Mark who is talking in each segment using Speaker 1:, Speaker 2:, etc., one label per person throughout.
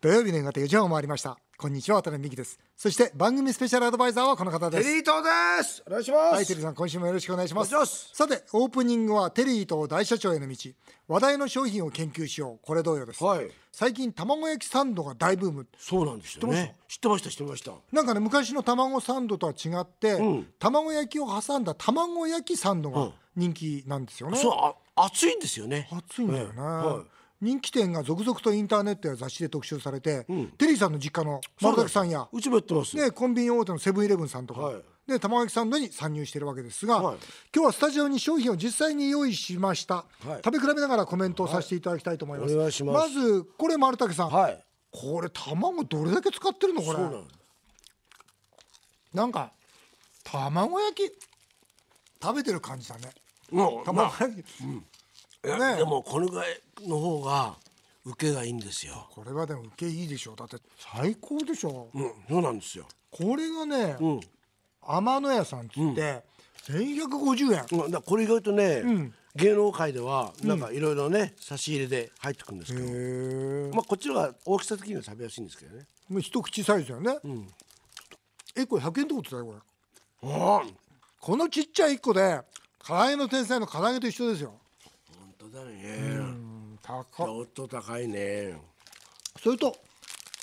Speaker 1: 土曜日の夕方4時半を回りましたこんにちは渡辺美希ですそして番組スペシャルアドバイザーはこの方で
Speaker 2: テ
Speaker 1: す
Speaker 2: リー東です。お願いしま
Speaker 1: はいテ
Speaker 2: す
Speaker 1: リー。さん今週もよろしくお願いします
Speaker 2: お願いします
Speaker 1: さてオープニングはテリーと大社長への道話題の商品を研究しようこれ同様です、
Speaker 2: はい
Speaker 1: 最近卵焼きサンドが大ブーム
Speaker 2: そうなんですよね。知ってました知ってました。
Speaker 1: なんかね昔の卵サンドとは違って、卵焼きを挟んだ卵焼きサンドが人気なんですよね、
Speaker 2: そうあ暑いんですよね。
Speaker 1: 暑いんだよね、
Speaker 2: は
Speaker 1: 人気店が続々とインターネットや雑誌で特集されて、テリーさんの実家の丸崎さんや
Speaker 2: うちもやってます。
Speaker 1: ね、コンビニ大手のセブンイレブンさんとか、
Speaker 2: はい
Speaker 1: で玉垣サンドに参入してるわけですが、
Speaker 2: はい
Speaker 1: 今日はスタジオに商品を実際に用意しました、
Speaker 2: はい
Speaker 1: 食べ比べながらコメントをさせていただきたいと思います、
Speaker 2: はいお願いします
Speaker 1: ずこれ丸竹さん、
Speaker 2: はい。
Speaker 1: これ卵どれだけ使ってるのこれ
Speaker 2: そうなんです。
Speaker 1: なんか卵焼き食べてる感じだね
Speaker 2: もう
Speaker 1: 卵
Speaker 2: ま
Speaker 1: 焼き、
Speaker 2: あでもこのぐらいの方が受けがいいんですよ。
Speaker 1: これはでも受けいいでしょだって最高でしょ、
Speaker 2: うんそうなんですよ。
Speaker 1: これがね、
Speaker 2: うん。
Speaker 1: 天野屋さんっつって、1150円
Speaker 2: うんだからこれ意外とね、芸能界ではなんかいろいろね差し入れで入ってくるんですけど、
Speaker 1: へえ
Speaker 2: まあこっちの方が大きさ的には食べやすいんですけどね。
Speaker 1: もう一口サイズだよね、えこれ100円ってことだよこれ
Speaker 2: ああ。
Speaker 1: このちっちゃい1個で唐揚げの天才の唐揚げと一緒ですよ
Speaker 2: 本当だね。ち
Speaker 1: 高っ
Speaker 2: ょっと高いね。
Speaker 1: それと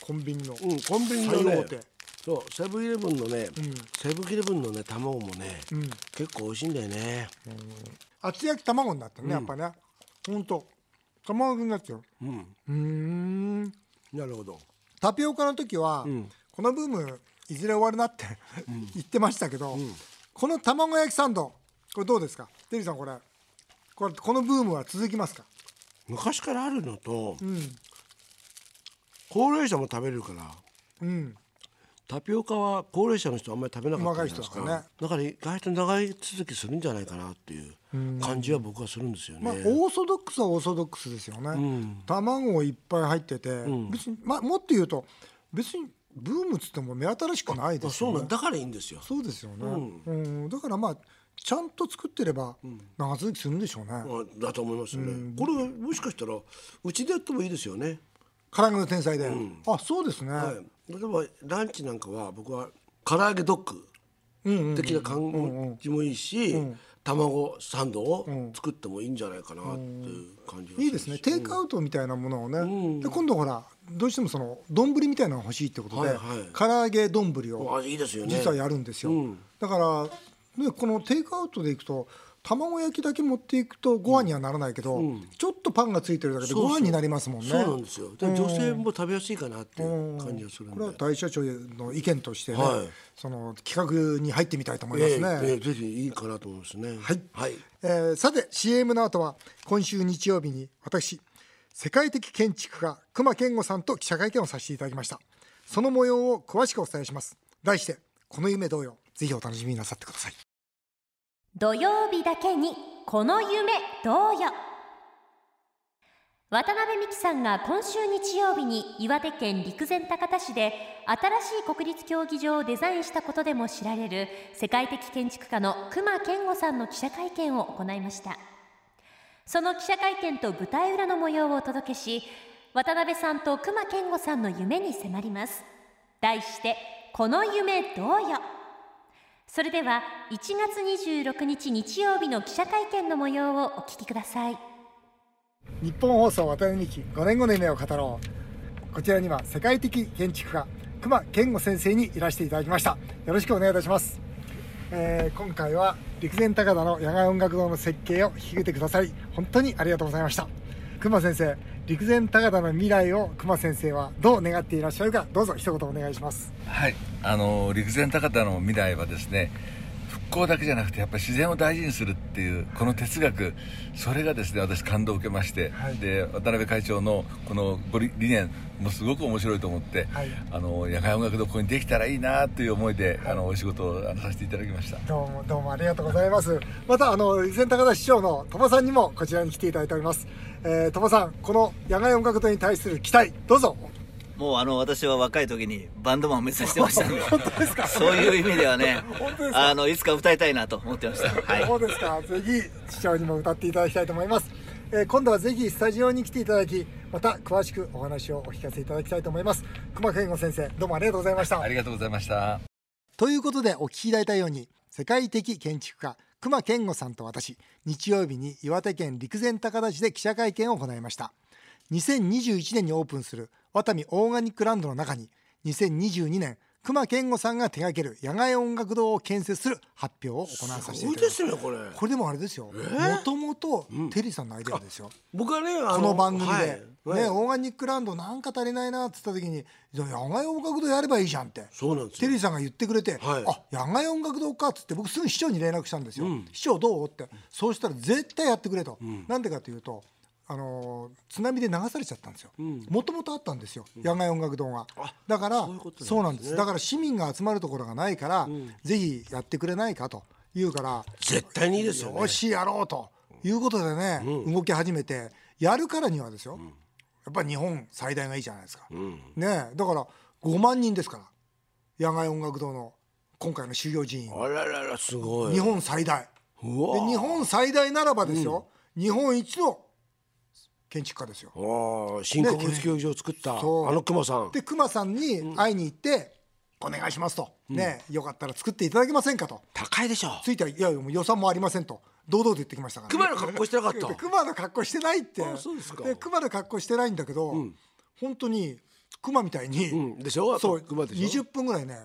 Speaker 1: コンビニの、
Speaker 2: うん、コンビニの
Speaker 1: 最
Speaker 2: ね
Speaker 1: 大手
Speaker 2: そうセブンイレブンのね、セブンイレブンのね卵もね、結構美味しいんだよね、
Speaker 1: 厚焼き卵になったね、やっぱねほんと卵になっちゃううーん
Speaker 2: なるほど
Speaker 1: タピオカの時は、このブームいずれ終わるなって 言ってましたけど、この卵焼きサンドこれどうですかテリーさんこれこれこのブームは続きますか
Speaker 2: 昔からあるのと、高齢者も食べるから
Speaker 1: うん
Speaker 2: タピオカは高齢者の人あんまり食べなかったんじゃないですか
Speaker 1: 若い人はね
Speaker 2: だから意外と長い続きするんじゃないかなっていう感じは僕はするんですよね、
Speaker 1: まあ、オーソドックスはオーソドックスですよね、卵いっぱい入ってて、別に、まあ、もっと言うと別にブームっつっても目新しくないです
Speaker 2: そ
Speaker 1: よ
Speaker 2: うな
Speaker 1: ね
Speaker 2: んだからいいんですよ
Speaker 1: そうですよね、うんだからまあちゃんと作ってれば長続きするんでしょうね、
Speaker 2: あだと思いますよね、これもしかしたらうちでやってもいいですよね
Speaker 1: 唐揚げの天才で、あそうですね、
Speaker 2: はい、例えばランチなんかは僕は唐揚げドッグ的な感じもいいし、卵サンドを作ってもいいんじゃないかなっていう感じがるん
Speaker 1: い、いですねテイクアウトみたいなものをね、で今度ほらどうしてもその丼みたいなのが欲しいってことで、
Speaker 2: はいはい
Speaker 1: 唐揚げ丼を
Speaker 2: あいいですよね
Speaker 1: 実はやるんですよ、だから、ね、このテイクアウトでいくと卵焼きだけ持っていくとご飯にはならないけど、ちょっとパンがついてるだけで
Speaker 2: そう
Speaker 1: ご
Speaker 2: そう
Speaker 1: 飯になりますもんね
Speaker 2: そうなんですよで女性も食べやすいかなっていう感じがするん
Speaker 1: こ
Speaker 2: で
Speaker 1: れは大社長の意見としてね、
Speaker 2: はい
Speaker 1: その企画に入ってみたいと思いますね、、
Speaker 2: ええええぜひいいかなと思いますねはい
Speaker 1: えーさて CM の後は今週日曜日に私世界的建築家熊健吾さんと記者会見をさせていただきましたその模様を詳しくお伝えします題してこの夢同様ぜひお楽しみになさってください
Speaker 3: 土曜日だけにこの夢どうよ渡辺美樹さんが今週日曜日に岩手県陸前高田市で新しい国立競技場をデザインしたことでも知られる世界的建築家の隈研吾さんの記者会見を行いましたその記者会見と舞台裏の模様をお届けし渡辺さんと隈研吾さんの夢に迫ります題してこの夢どうよそれでは1月26日日曜日の記者会見の模様をお聞きください
Speaker 1: 日本放送渡辺美希5年後の夢を語ろうこちらには世界的建築家熊健吾先生にいらしていただきましたよろしくお願いいたします、えー今回は陸前高田の野外音楽堂の設計を引き受けてくださり本当にありがとうございました熊先生陸前高田の未来を熊先生はどう願っていらっしゃるかどうぞ一言お願いします
Speaker 4: はい、あの陸前高田の未来はですね復興だけじゃなくてやっぱり自然を大事にするっていうこの哲学それがですね私感動を受けまして、
Speaker 1: はい
Speaker 4: で渡辺会長のこのご理理念もすごく面白いと思って、
Speaker 1: はい
Speaker 4: あの野外音楽堂ここにできたらいいなという思いで、あのお仕事をあのさせていただきました
Speaker 1: どうもどうもありがとうございます。またあの陸前高田市長の鳥羽さんにもこちらに来ていただいております。えー、鳥羽さん、この野外音楽堂に対する期待どうぞ。
Speaker 5: もうあの私は若い時にバンドマンを目指してました んで
Speaker 1: 本当ですか。
Speaker 5: そういう意味ではね
Speaker 1: 本当ですか
Speaker 5: あのいつか歌いたいなと思ってました、はい、
Speaker 1: そうですか。ぜひ市長にも歌っていただきたいと思います。えー今度はぜひスタジオに来ていただき、また詳しくお話をお聞かせいただきたいと思います熊健吾先生どうもありがとうございました
Speaker 4: ありがとうございました
Speaker 1: ということでお聞きいただいたように世界的建築家熊健吾さんと私日曜日に岩手県陸前高田市で記者会見を行いました2021年にオープンするワタミオーガニックランドの中に2022年熊健吾さんが手掛ける野外音楽堂を建設する発表を行わさせてい
Speaker 2: ごい
Speaker 1: ただき
Speaker 2: で
Speaker 1: ます
Speaker 2: すねこれ
Speaker 1: これでもあれですよもともとテリーさんのアイデアですよ、
Speaker 2: 僕はねあ
Speaker 1: この番組で、
Speaker 2: はいはい
Speaker 1: ね、オーガニックランドなんか足りないなっつった時に「じゃあ野外音楽堂やればいいじゃん」って
Speaker 2: そうなんです
Speaker 1: テ
Speaker 2: よ
Speaker 1: リーさんが言ってくれて「
Speaker 2: はい
Speaker 1: あ野外音楽堂か」っつって僕すぐ市長に連絡したんですよ「市長どう?」ってそうしたら絶対やってくれと、なんでかというと。あのー津波で流されちゃったんですよもともとあったんですよ、野外音楽堂がだから
Speaker 2: そういうことなんですね
Speaker 1: そうなんですだから市民が集まるところがないから、ぜひやってくれないかと言うから
Speaker 2: 絶対にいいですよね
Speaker 1: よしやろうということでね、動き始めてやるからにはですよ、やっぱり日本最大がいいじゃないですか、ねえだから5万人ですから野外音楽堂の今回の収容人員
Speaker 2: あらららすごい
Speaker 1: 日本最大
Speaker 2: うわ
Speaker 1: で日本最大ならばですよ、日本一の建築家ですよ
Speaker 2: ああ新国立競技場を作った、
Speaker 1: そう
Speaker 2: あの熊さん
Speaker 1: で熊さんに会いに行って、お願いしますと、ねえよかったら作っていただけませんかと
Speaker 2: 高いでしょ
Speaker 1: ついてはいやいやもう予算もありませんと堂々と言ってきましたからね、
Speaker 2: 熊の格好してなかった
Speaker 1: 熊の格好してないって
Speaker 2: あそうですか
Speaker 1: 熊の格好してないんだけど、本当に熊みたいに、
Speaker 2: うんでしょ
Speaker 1: そう
Speaker 2: 熊でしょ
Speaker 1: 20分ぐらいね、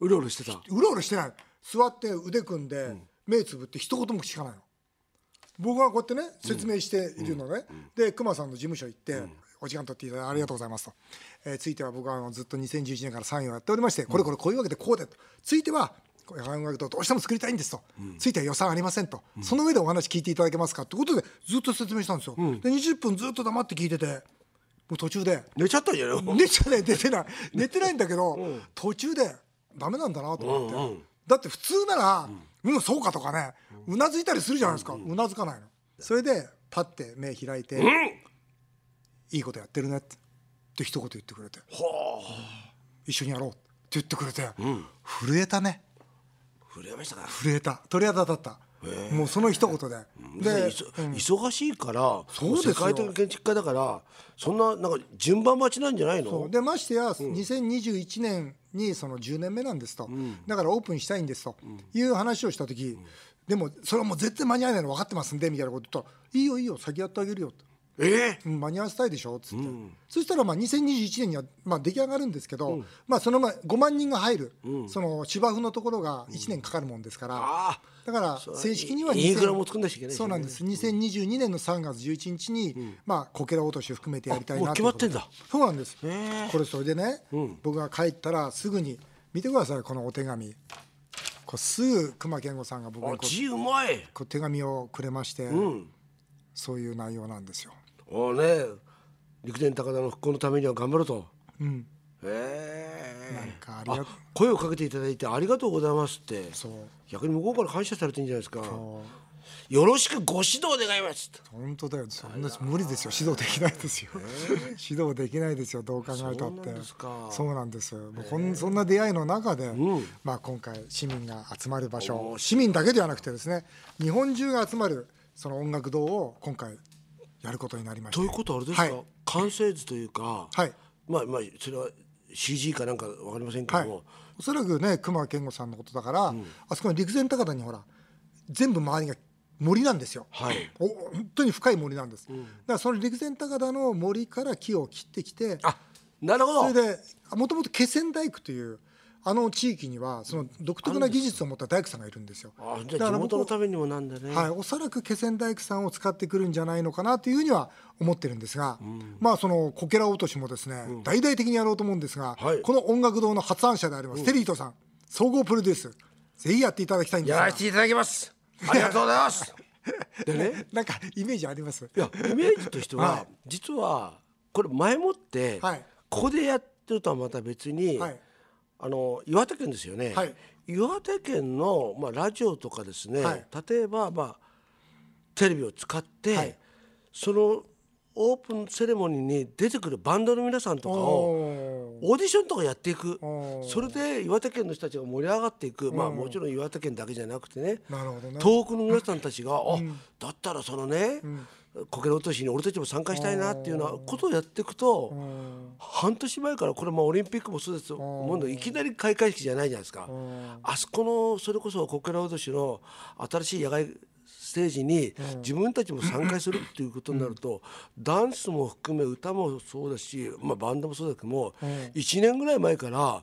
Speaker 2: うろうろしてた
Speaker 1: うろうろしてない座って腕組んで、目つぶって一言も聞かないの僕はこうやってね説明しているのね、で熊さんの事務所行って、お時間取っていただいてありがとうございますと、えーついては僕はあのずっと2011年から参与をやっておりまして、これこれこういうわけでこうでとついてはこう野外音楽堂どうしても作りたいんですと、ついては予算ありませんと、その上でお話聞いていただけますかということでずっと説明したんですよ、で20分ずっと黙って聞いててもう途中で
Speaker 2: 寝ちゃったんじゃない
Speaker 1: 寝ちゃね寝てない寝てないんだけど、途中でダメなんだなと思って、だって普通なら「うん、そうか」とかねうなずいたりするじゃないですか、うなずかないのそれでパッて目開いて「いいことやってるね」ってって一言言ってくれて「一緒にやろう」って言ってくれて、震えたね
Speaker 2: 震えましたか
Speaker 1: 震えた鳥肌立ったもうその一言で
Speaker 2: で
Speaker 1: で
Speaker 2: いそ忙しいから
Speaker 1: そうですよ
Speaker 2: 世界的建築家だからそんななんか順番待ちなんじゃないの
Speaker 1: でましてや、2021年にその10年目なんですと、だからオープンしたいんですという話をした時、でもそれはもう絶対間に合わないの分かってますんでみたいなこと言ったら「いいよいいよ先やってあげるよ」と
Speaker 2: ええ
Speaker 1: うん間に合わせたいでしょっつって、そしたらまあ2021年にはまあ出来上がるんですけど、まあ、その前5万人が入る、その芝生のところが1年かかるもんですから、
Speaker 2: あ
Speaker 1: だから正式には
Speaker 2: インフラも
Speaker 1: 2000
Speaker 2: 作んなきゃいけないしね
Speaker 1: そうなんです2022年の3月11日に、まあ、こけら落としを含めてやりたいな
Speaker 2: あもう
Speaker 1: ということで
Speaker 2: 決まってん
Speaker 1: そうなんですこれそれでね、僕が帰ったらすぐに見てくださいこのお手紙こうすぐ熊健吾さんが僕に
Speaker 2: あ
Speaker 1: こう
Speaker 2: 字うまい
Speaker 1: こう手紙をくれまして、そういう内容なんですよ
Speaker 2: おね陸前高田の復興のためには頑張ろうと
Speaker 1: うんなん
Speaker 2: ええ
Speaker 1: かありが
Speaker 2: あ声をかけていただいてありがとうございますって
Speaker 1: そう
Speaker 2: 逆に向こうから感謝されてるんじゃないですかよろしくご指導願います
Speaker 1: 本当だよそんな無理ですよ指導できないですよ 指導できないですよどう考えたっ
Speaker 2: そうなん
Speaker 1: て
Speaker 2: ですか
Speaker 1: そうなんですよもうこんそんな出会いの中で、まあ、今回市民が集まる場所市民だけではなくてですね日本中が集まるその音楽堂を今回やることになりました
Speaker 2: ということはあれですか、
Speaker 1: はい
Speaker 2: 完成図というか、
Speaker 1: はい
Speaker 2: まあまあそれは CG かなんかわかりませんけども、
Speaker 1: はい、おそらくね熊健吾さんのことだから、あそこの陸前高田にほら全部周りが森なんですよ、
Speaker 2: はい
Speaker 1: お本当に深い森なんです、だからその陸前高田の森から木を切ってきて
Speaker 2: あなるほど
Speaker 1: それでもともと気仙大工というあの地域にはその独特な技術を持った大工さんがいるんですよ
Speaker 2: あじゃあ地元のためにもなんだね、
Speaker 1: はい、おそらく気仙大工さんを使ってくるんじゃないのかなというふうには思ってるんですが、まあそのこけら落としもですね、大々的にやろうと思うんですが、
Speaker 2: はい
Speaker 1: この音楽堂の発案者であります、テリートさん総合プロデュースぜひやっていただきたいんです
Speaker 2: や
Speaker 1: が
Speaker 2: らせていただきますありがとうございますでね
Speaker 1: なんかイメージあります
Speaker 2: いやイメージとしては、
Speaker 1: はい
Speaker 2: 実はこれ前もって、
Speaker 1: はい
Speaker 2: ここでやってるとはまた別に、
Speaker 1: はい
Speaker 2: あの岩手県ですよね、
Speaker 1: はい
Speaker 2: 岩手県の、まあ、ラジオとかですね、
Speaker 1: はい
Speaker 2: 例えば、まあ、テレビを使って、
Speaker 1: はい
Speaker 2: そのオープンセレモニーに出てくるバンドの皆さんとかを
Speaker 1: おー
Speaker 2: オーディションとかやっていく
Speaker 1: おー
Speaker 2: それで岩手県の人たちが盛り上がっていく、まあ、もちろん岩手県だけじゃなくてね
Speaker 1: なるほどね
Speaker 2: 東北の皆さんたちが、あだったらそのね、苔の落としに俺たちも参加したいなっていうようなことをやっていくと半年前からこれまあオリンピックもそうですと思うんだけどいきなり開会式じゃないじゃないですかあそこのそれこそ苔の落としの新しい野外ステージに自分たちも参加するっていうことになると、ダンスも含め歌もそうだし、まあ、バンドもそうだけども、1年ぐらい前から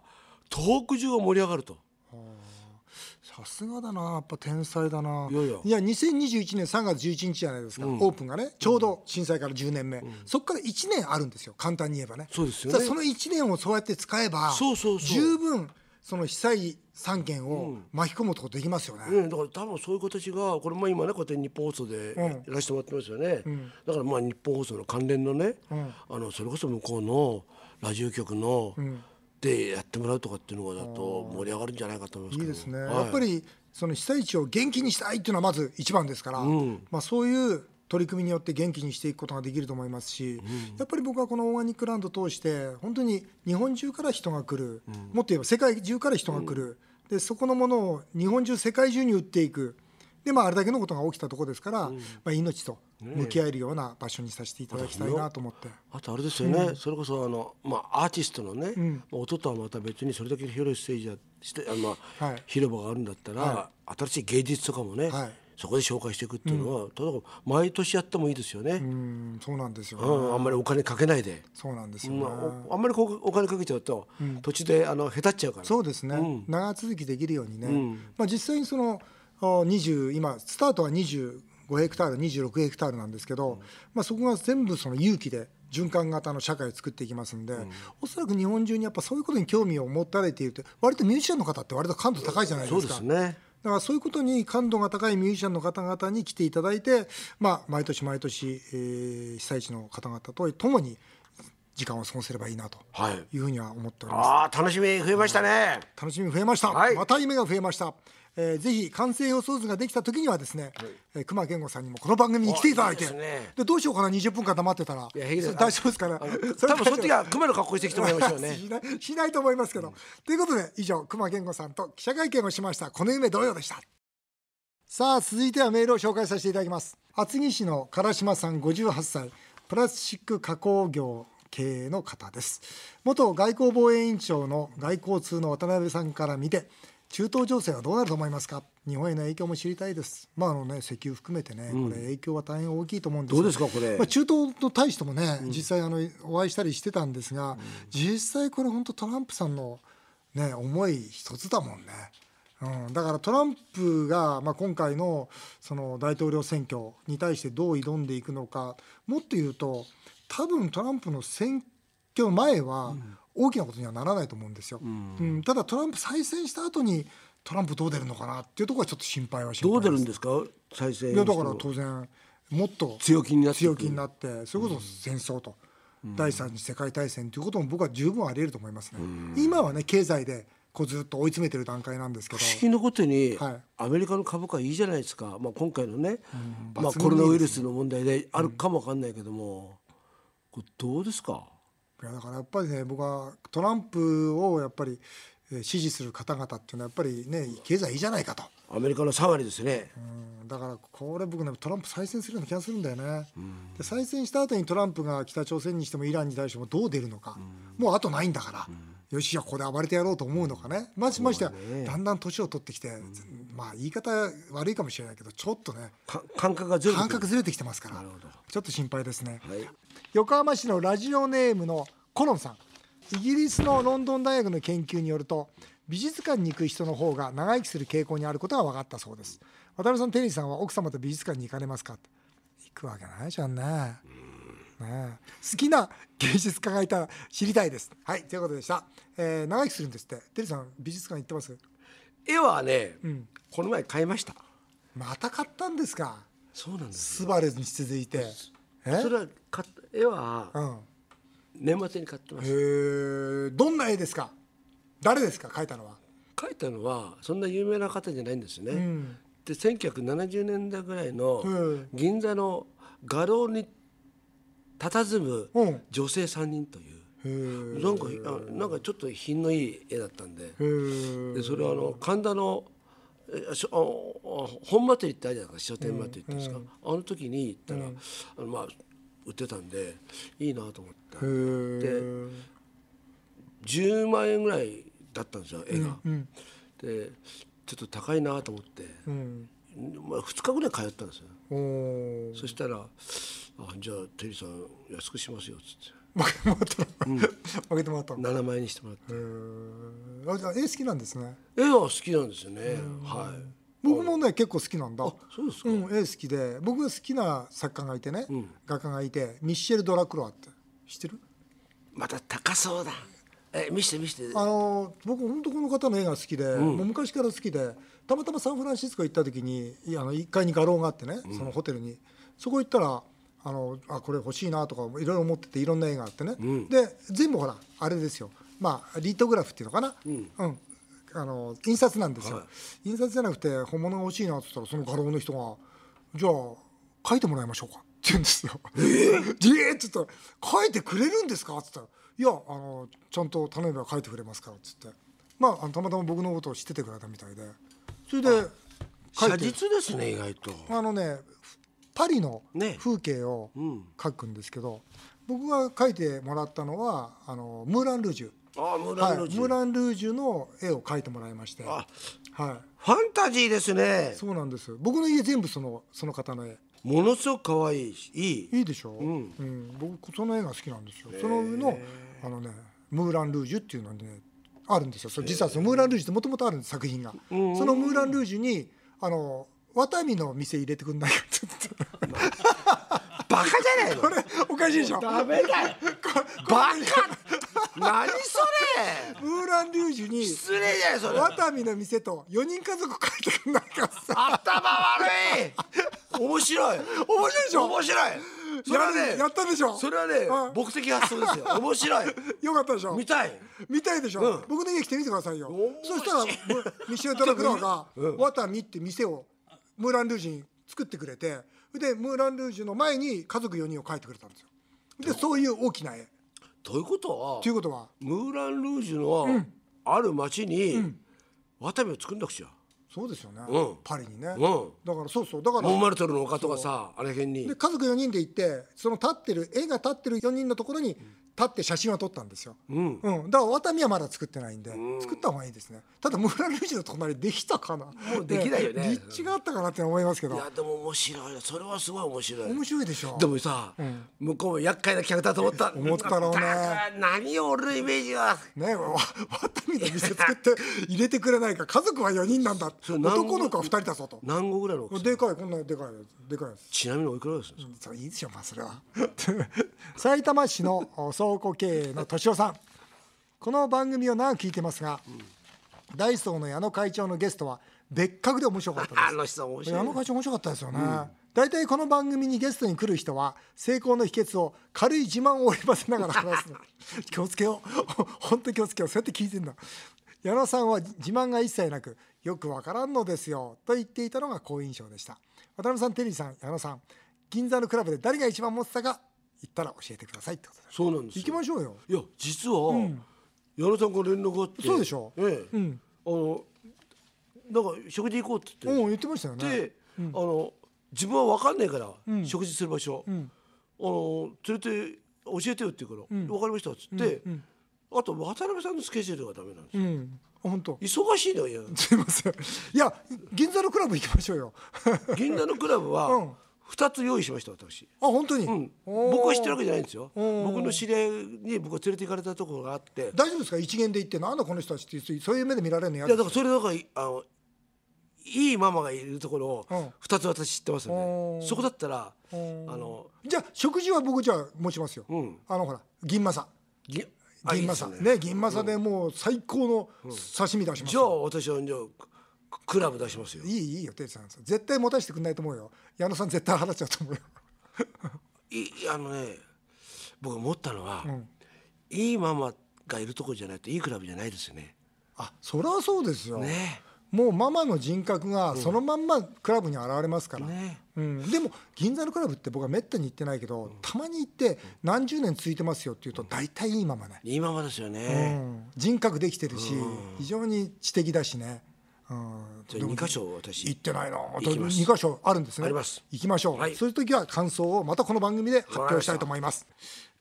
Speaker 2: トーク中が盛り上がると。
Speaker 1: さすがだなやっぱ天才だない
Speaker 2: やいや
Speaker 1: 2021年3月11日じゃないですか、オープンがねちょうど震災から10年目、そこから1年あるんですよ簡単に言えばね
Speaker 2: そうですよ
Speaker 1: だ
Speaker 2: ね
Speaker 1: からその1年をそうやって使えば
Speaker 2: そうそうそう
Speaker 1: 十分その被災3件を巻き込むことできますよね、
Speaker 2: うん、だから多分そういう形がこれも今ねこうやって日本放送でいらしてもらってますよね、だからまあ日本放送の関連のね、あのそれこそ向こうのラジオ局の、でやってもらうとかっていうのがだと盛り上がるんじゃないかと思います
Speaker 1: い
Speaker 2: け
Speaker 1: い
Speaker 2: ど
Speaker 1: ですね、
Speaker 2: はい
Speaker 1: やっぱりその被災地を元気にしたいっていうのはまず一番ですから、まあ、そういう取り組みによって元気にしていくことができると思いますし、やっぱり僕はこのオーガニックランドを通して本当に日本中から人が来る、もっと言えば世界中から人が来る、でそこのものを日本中世界中に売っていく。でまあ、あれだけのことが起きたところですから、まあ、命と向き合えるような場所にさせていただきたいなと思って、
Speaker 2: あとあれですよね、それこそあの、まあ、アーティストのね、まあ音とはまた別にそれだけ広いステージだしてあの、まあ
Speaker 1: はい
Speaker 2: 広場があるんだったら、新しい芸術とかもね、
Speaker 1: はい
Speaker 2: そこで紹介していくっていうのは、例えば毎年やってもいいですよね、うん
Speaker 1: うん、そうなんですよ、ね
Speaker 2: あんまりお金かけないで、
Speaker 1: そうなんですよ、ね
Speaker 2: まあ、おあんまりこうお金かけちゃうと、途中であの下手っちゃうから
Speaker 1: そうですね、長続きできるようにね、まあ、実際にそのあ20今スタートは25ヘクタール26ヘクタールなんですけど、まあ、そこが全部その有機で循環型の社会を作っていきますんで、おそらく日本中にやっぱそういうことに興味を持たれているって割とミュージシャンの方って割と感度高いじゃないで
Speaker 2: そう
Speaker 1: す
Speaker 2: で
Speaker 1: か
Speaker 2: すね
Speaker 1: だからそういうことに感度が高いミュージシャンの方々に来ていただいて、まあ、毎年毎年、えー被災地の方々と共に時間を過ごせればいいなと
Speaker 2: はい
Speaker 1: いうふうには思っております。
Speaker 2: ああ楽しみ増えましたね、
Speaker 1: 楽しみ増えました、
Speaker 2: はい
Speaker 1: また夢が増えました、えー、ぜひ完成予想図ができた時にはですね、えー熊健吾さんにもこの番組に来ていただいて
Speaker 2: あいいですね
Speaker 1: でどうしようかな20分間黙ってたら
Speaker 2: いや平気です
Speaker 1: それ大丈夫ですから
Speaker 2: あの多 分その時は熊の格好してきてもらいましょう ね
Speaker 1: しないしないと思いますけど、ということで以上熊健吾さんと記者会見をしましたこの夢同様でしたさあ続いてはメールを紹介させていただきます厚木市の唐島さん58歳プラスチック加工業経営の方です元外交防衛委員長の外交通の渡辺さんから見て中東情勢はどうなると思いますか日本への影響も知りたいですまああのね石油含めてね、これ影響は大変大きいと思うんですが
Speaker 2: どうですかこれ
Speaker 1: まあ、中東の大使ともね、実際あのお会いしたりしてたんですが、実際これ本当トランプさんの、ね、思い一つだもんね。うん、だからトランプが、まあ、今回のその大統領選挙に対してどう挑んでいくのかもっと言うと多分トランプの選挙前は大きなことにはならないと思うんですよ、うんただトランプ再選した後にトランプどう出るのかなっていうところはちょっと心配はし
Speaker 2: どう出るんですか再生
Speaker 1: いやだから当然もっと
Speaker 2: 強気になってく
Speaker 1: 強
Speaker 2: る
Speaker 1: 気になってそれこそ戦争と、第三次世界大戦ということも僕は十分あり得ると思いますね、今はね経済でこうずっと追い詰めてる段階なんですけど
Speaker 2: 不思議なことに、
Speaker 1: はい
Speaker 2: アメリカの株価いいじゃないですか、まあ、今回のね、まあ、
Speaker 1: 抜群にいいですね
Speaker 2: コロナウイルスの問題であるかもわかんないけども、これどうですか
Speaker 1: いやだからやっぱりね僕はトランプをやっぱりえー支持する方々っていうのはやっぱりね経済いいじゃないかと、
Speaker 2: アメリカの3割ですね、
Speaker 1: うんだからこれ僕ねトランプ再選するような気がするんだよね、で再選した後にトランプが北朝鮮にしてもイランに対してもどう出るのか、もう後ないんだから、よしじゃあここで暴れてやろうと思うのかねましましてはだんだん年を取ってきて、まあ言い方悪いかもしれないけどちょっとね
Speaker 2: か感覚がずれてく
Speaker 1: 感
Speaker 2: る
Speaker 1: 覚ずれてきてますからちょっと心配ですね、
Speaker 2: はい
Speaker 1: 横浜市のラジオネームのコロンさんイギリスのロンドン大学の研究によると美術館に行く人の方が長生きする傾向にあることが分かったそうです渡辺さんテリーさんは奥様と美術館に行かれますか行くわけないじゃんねねえ好きな芸術家がいたら知りたいですはいということでした、えー長生きするんですってテリーさん美術館行ってます
Speaker 2: 絵はね、この前買いました
Speaker 1: また買ったんですか
Speaker 2: そうなんです
Speaker 1: スバルに続いてえ
Speaker 2: それは買った絵は
Speaker 1: うん
Speaker 2: 年末に買ってま
Speaker 1: へ
Speaker 2: す
Speaker 1: えどんな絵ですか誰ですか描いたのは
Speaker 2: 描いたのはそんな有名な方じゃないんですね、で1970年代ぐらいの
Speaker 1: うん
Speaker 2: 銀座の画廊に佇む
Speaker 1: うん
Speaker 2: 女性3人という、
Speaker 1: へえ
Speaker 2: なんかあなんかちょっと品のいい絵だったんで
Speaker 1: へえ
Speaker 2: でそれはあの神田のえしょああ本祭りってあるじゃないですか書店祭りっていうんですか、あの時に行ったら、あのまあ売ってたんでいいなと思って
Speaker 1: へー
Speaker 2: で10万円ぐらいだったんですよ絵が。でちょっと高いなと思って、
Speaker 1: うん
Speaker 2: まあ、2日ぐらい通ったんですよ。
Speaker 1: おー
Speaker 2: そしたら「あじゃあテリーさん安くしますよ」っつって
Speaker 1: 負けてもらった負けてもらったのへ
Speaker 2: 7万円にしてもらって。
Speaker 1: ーあじゃあ絵好きなんですね
Speaker 2: 絵は好きなんですよね。はい。
Speaker 1: 僕もね結構好きなんだ
Speaker 2: そうですか
Speaker 1: うん絵好きで僕が好きな作家がいてね画家がいてミッシェル・ドラクロワって知ってる
Speaker 2: また高そうだ。え、見して見して。
Speaker 1: あの僕本当この方の絵が好きで、もう昔から好きでたまたまサンフランシスコ行った時にいやあの1階に画廊があってね、そのホテルにそこ行ったらあのあこれ欲しいなとかいろいろ思ってていろんな絵があってね、で全部ほらあれですよまあリートグラフっていうのかな、うんあの印刷なんですよ、印刷じゃなくて本物が欲しいなって言ったらその画廊の人が「じゃあ書いてもらいましょうか」って言うんですよ。え ー、えっつったら「書いてくれるんですか?」っつったら「いやあのちゃんと頼めば書いてくれますから」っつってまああのたまたま僕のことを知っててくれたみたいでそれで書い
Speaker 2: 写
Speaker 1: て
Speaker 2: 実ですね、意外と。
Speaker 1: あのねパリの
Speaker 2: ね
Speaker 1: 風景を書くんですけど、僕が書いてもらったのはあのムーラン・ルージュ。
Speaker 2: あ、ムー
Speaker 1: は
Speaker 2: ラ
Speaker 1: い
Speaker 2: ンルージュ
Speaker 1: ムーラン・ルージュの絵を描いてもらいまして、は
Speaker 2: あ
Speaker 1: い、
Speaker 2: ファンタジーですね。
Speaker 1: そうなんです僕の家全部そのその方の絵
Speaker 2: ものすごく可愛いし、いい。
Speaker 1: いいでしょ、うん僕その絵が好きなんですよその上のあのね「ムーラン・ルージュ」っていうのにねあるんですよそれ実はそのムーラン・ルージュってもともとあるんです作品がそのムーラン・ルージュにあのワタミの店入れてくんないかって言って
Speaker 2: バカじゃないの。
Speaker 1: これおかしいでしょ
Speaker 2: ダメだよ。バカ。何それ。
Speaker 1: ムーラン・ルージュに
Speaker 2: 失礼だよ、そ れ。
Speaker 1: ワタミの店と4人家族書いてくんないかってさ
Speaker 2: 頭悪い。面白い。
Speaker 1: 面白いでしょ
Speaker 2: 面白い。それはね。
Speaker 1: やったでしょ
Speaker 2: それはね
Speaker 1: うん、
Speaker 2: 僕的発想で すよ。面白い。
Speaker 1: よかったでしょ
Speaker 2: 見たい。
Speaker 1: 見たいでしょ、
Speaker 2: うん
Speaker 1: 僕の家来てみてくださいよ
Speaker 2: 面
Speaker 1: そ
Speaker 2: 白い
Speaker 1: したらむミシェル・ドラクロワ がワタミって店をムーラン・ルージュに作ってくれてでムーラン・ルージュの前に家族4人を描いてくれたんですよでそういう大きな絵
Speaker 2: ということは
Speaker 1: とい。うことは
Speaker 2: ムーラン・ルージュのある町に渡部を作んなくちゃ、
Speaker 1: そうですよね、
Speaker 2: うん
Speaker 1: パリにね、
Speaker 2: ん
Speaker 1: だからそうそうだから
Speaker 2: モンマルトルの丘とかさあれ辺に
Speaker 1: で家族4人で行ってその立ってる絵が立ってる4人のところに立って写真を撮ったんですよ、うんだからワタミはまだ作ってないんで、作った方がいいですねただムーラン・ルージュの隣できたかなも
Speaker 2: うできないよね
Speaker 1: 立地があったかなって思いますけ
Speaker 2: い
Speaker 1: ど
Speaker 2: やでも面白いなそれはすごい面白い
Speaker 1: 面白いでしょ
Speaker 2: でもさ、向こうも厄介な客だと思った
Speaker 1: 思ったろうね
Speaker 2: だから何よ俺のイメージは
Speaker 1: ねわワタミの店作って入れてくれないか家族は4人なんだ
Speaker 2: れ何
Speaker 1: 男の子は2人だぞと
Speaker 2: 何号ぐらいの大きさ
Speaker 1: でかいこんなでかいやつでかいやつ
Speaker 2: ちなみにおいくらですか、
Speaker 1: それいいでしょまあそれは埼玉市のお倉庫経営の敏夫さんこの番組を長く聞いてますが、ダイソーの矢野会長のゲストは別格で面白かったです
Speaker 2: あの人面白い
Speaker 1: 矢野会長面白かったですよね、大体この番組にゲストに来る人は成功の秘訣を軽い自慢を織り交ぜながら話 すの気をつけよう 本当に気をつけようそうやって聞いてんだ矢野さんは自慢が一切なくよくわからんのですよと言っていたのが好印象でした渡辺さんテリーさん矢野さん銀座のクラブで誰が一番持ってたか言ったら教えてくださいってことです
Speaker 2: そうなんですよ
Speaker 1: 行きましょうよ
Speaker 2: いや実は、矢野さんから連絡があって
Speaker 1: そうでしょ
Speaker 2: ええあのなんか食事行こうって言って
Speaker 1: うん言ってましたよね
Speaker 2: で、あの自分は分かんないから、食事する場所、あの連れて教えてよって言うから、分かりましたっつって、あと渡辺さんのスケジュールがダメなんですよ、
Speaker 1: うんあ本当
Speaker 2: 忙しいのよ
Speaker 1: すいませんいや銀座のクラブ行きましょうよあ
Speaker 2: 銀座のクラブ
Speaker 1: うん
Speaker 2: は2つ用意しました私、
Speaker 1: 本当に、
Speaker 2: うん
Speaker 1: おー
Speaker 2: 僕は知ってるわけじゃないんですよ
Speaker 1: ー
Speaker 2: 僕の知り合いに僕は連れて行かれたところがあって
Speaker 1: 大丈夫ですか一元で行ってなんだこの人たちっていうそういう目で見られるの嫌
Speaker 2: いやだからそれだからあのいいママがいるところ
Speaker 1: うん
Speaker 2: を2つ私知ってますよね、
Speaker 1: うん
Speaker 2: そこだったら、あの
Speaker 1: じゃあ食事は僕じゃあ持ちますよ、
Speaker 2: うん
Speaker 1: あのほら銀マサ
Speaker 2: ぎあい
Speaker 1: 銀
Speaker 2: い
Speaker 1: マ
Speaker 2: です
Speaker 1: サね
Speaker 2: ね
Speaker 1: 銀マサでもう最高の刺身出します
Speaker 2: じゃあ
Speaker 1: よ、
Speaker 2: 私はじゃあククラブ出しますよ
Speaker 1: いいいいよ哲さん絶対持たせてくんないと思うよ矢野さん絶対払っちゃうと思うよ
Speaker 2: いあのね僕思ったのは、いいママがいるとこじゃないといいクラブじゃないですよね
Speaker 1: あそりゃそうですよ、
Speaker 2: ね
Speaker 1: もうママの人格がそのまんまクラブに現れますから、
Speaker 2: ね
Speaker 1: うん、でも銀座のクラブって僕はめったに行ってないけど、たまに行って何十年続いてますよっていうと大体いいママね
Speaker 2: いいママですよ
Speaker 1: う
Speaker 2: ね、
Speaker 1: ん人格できてるし、非常に知的だしね、うん
Speaker 2: じゃあ二箇所私
Speaker 1: 行ってないな
Speaker 2: 行きます
Speaker 1: 2箇所あるんですね
Speaker 2: あります
Speaker 1: 行きましょう、
Speaker 2: はい
Speaker 1: そういう時は感想をまたこの番組で発表したいと思います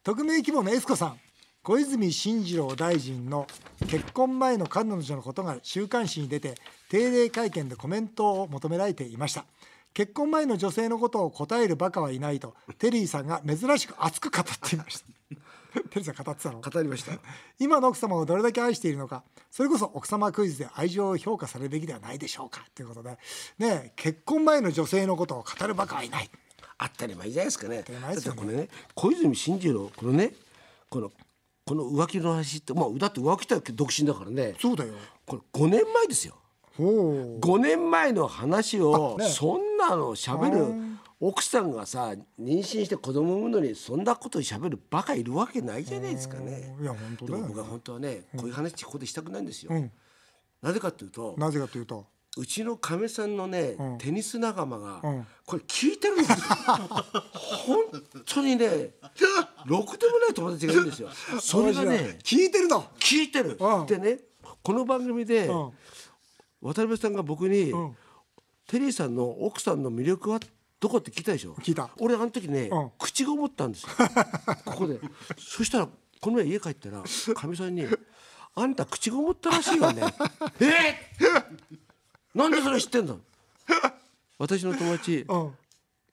Speaker 1: 匿名希望のエスコさん小泉進次郎大臣の結婚前の彼女のことが週刊誌に出て定例会見でコメントを求められていました結婚前の女性のことを答えるバカはいないとテリーさんが珍しく熱く語っていましたテリーさん語ってたの
Speaker 2: 語りました
Speaker 1: 今の奥様をどれだけ愛しているのかそれこそ奥様クイズで愛情を評価されるべきではないでしょうかということで、ねえ、結婚前の女性のことを語るバカはいない
Speaker 2: あったり前じゃないですかね。
Speaker 1: り前ですよね
Speaker 2: だってこれね、小泉進次郎、このね、この、この浮気の話って、まあ、だって浮気だって独身だからね。
Speaker 1: そうだよ
Speaker 2: これ五年前ですよ。
Speaker 1: ほ
Speaker 2: 五年前の話を、
Speaker 1: あね
Speaker 2: そんなの喋る。奥さんがさ、妊娠して子供産むのに、そんなこと喋るバカいるわけないじゃないですかね。
Speaker 1: ういや本当
Speaker 2: で
Speaker 1: だ
Speaker 2: も
Speaker 1: よ
Speaker 2: 僕は本当はね、こういう話ここでしたくないんですよ。
Speaker 1: うん
Speaker 2: なぜかというと、
Speaker 1: なぜかというと
Speaker 2: うちのかみさんのね、
Speaker 1: ん
Speaker 2: テニス仲間が、
Speaker 1: うん
Speaker 2: これ聞いてるんで すよ本当にねろくでもない友達がいるんですよそれがね
Speaker 1: 聞いてるの
Speaker 2: 聞いてる、
Speaker 1: うん
Speaker 2: でねこの番組で、
Speaker 1: うん
Speaker 2: 渡辺さんが僕に、
Speaker 1: ん
Speaker 2: テリーさんの奥さんの魅力はどこって聞いたでしょ
Speaker 1: 聞いた
Speaker 2: 俺あの時ね、
Speaker 1: うん
Speaker 2: 口ごもった んですよここでそしたらこの前家帰ったらかみさんに「あんた口ごもったらしいわね」 えーなんでそれ知ってんの私の友達、
Speaker 1: うん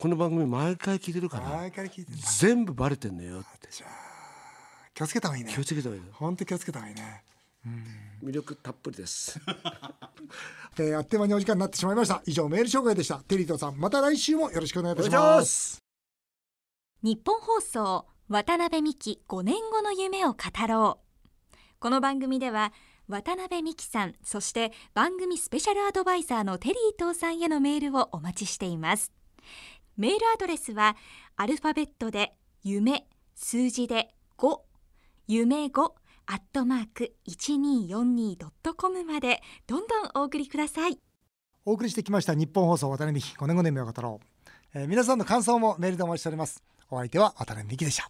Speaker 2: この番組毎回聞いてるから
Speaker 1: 前から聞いてるんだ
Speaker 2: 全部バレてんのよって
Speaker 1: 気をつけた方がいいね
Speaker 2: 気をつけた方がいいよ
Speaker 1: 本当気をつけた方がいいね
Speaker 2: 魅力たっぷりです
Speaker 1: えーあっという間にお時間になってしまいました以上メール紹介でしたテリーとさんまた来週もよろしくお願いいたし
Speaker 2: お願いし
Speaker 1: ま
Speaker 2: ます
Speaker 6: 日本放送渡辺美希5年後の夢を語ろうこの番組では渡辺美希さんそして番組スペシャルアドバイザーのテリー東さんへのメールをお待ちしていますメールアドレスはアルファベットで夢数字で5夢5アットマーク 1242.com までどんどんお送りください
Speaker 1: お送りしてきました日本放送渡辺美希5年5年目を語ろう、えー皆さんの感想もメールでお待ちしておりますお相手は渡辺美希でした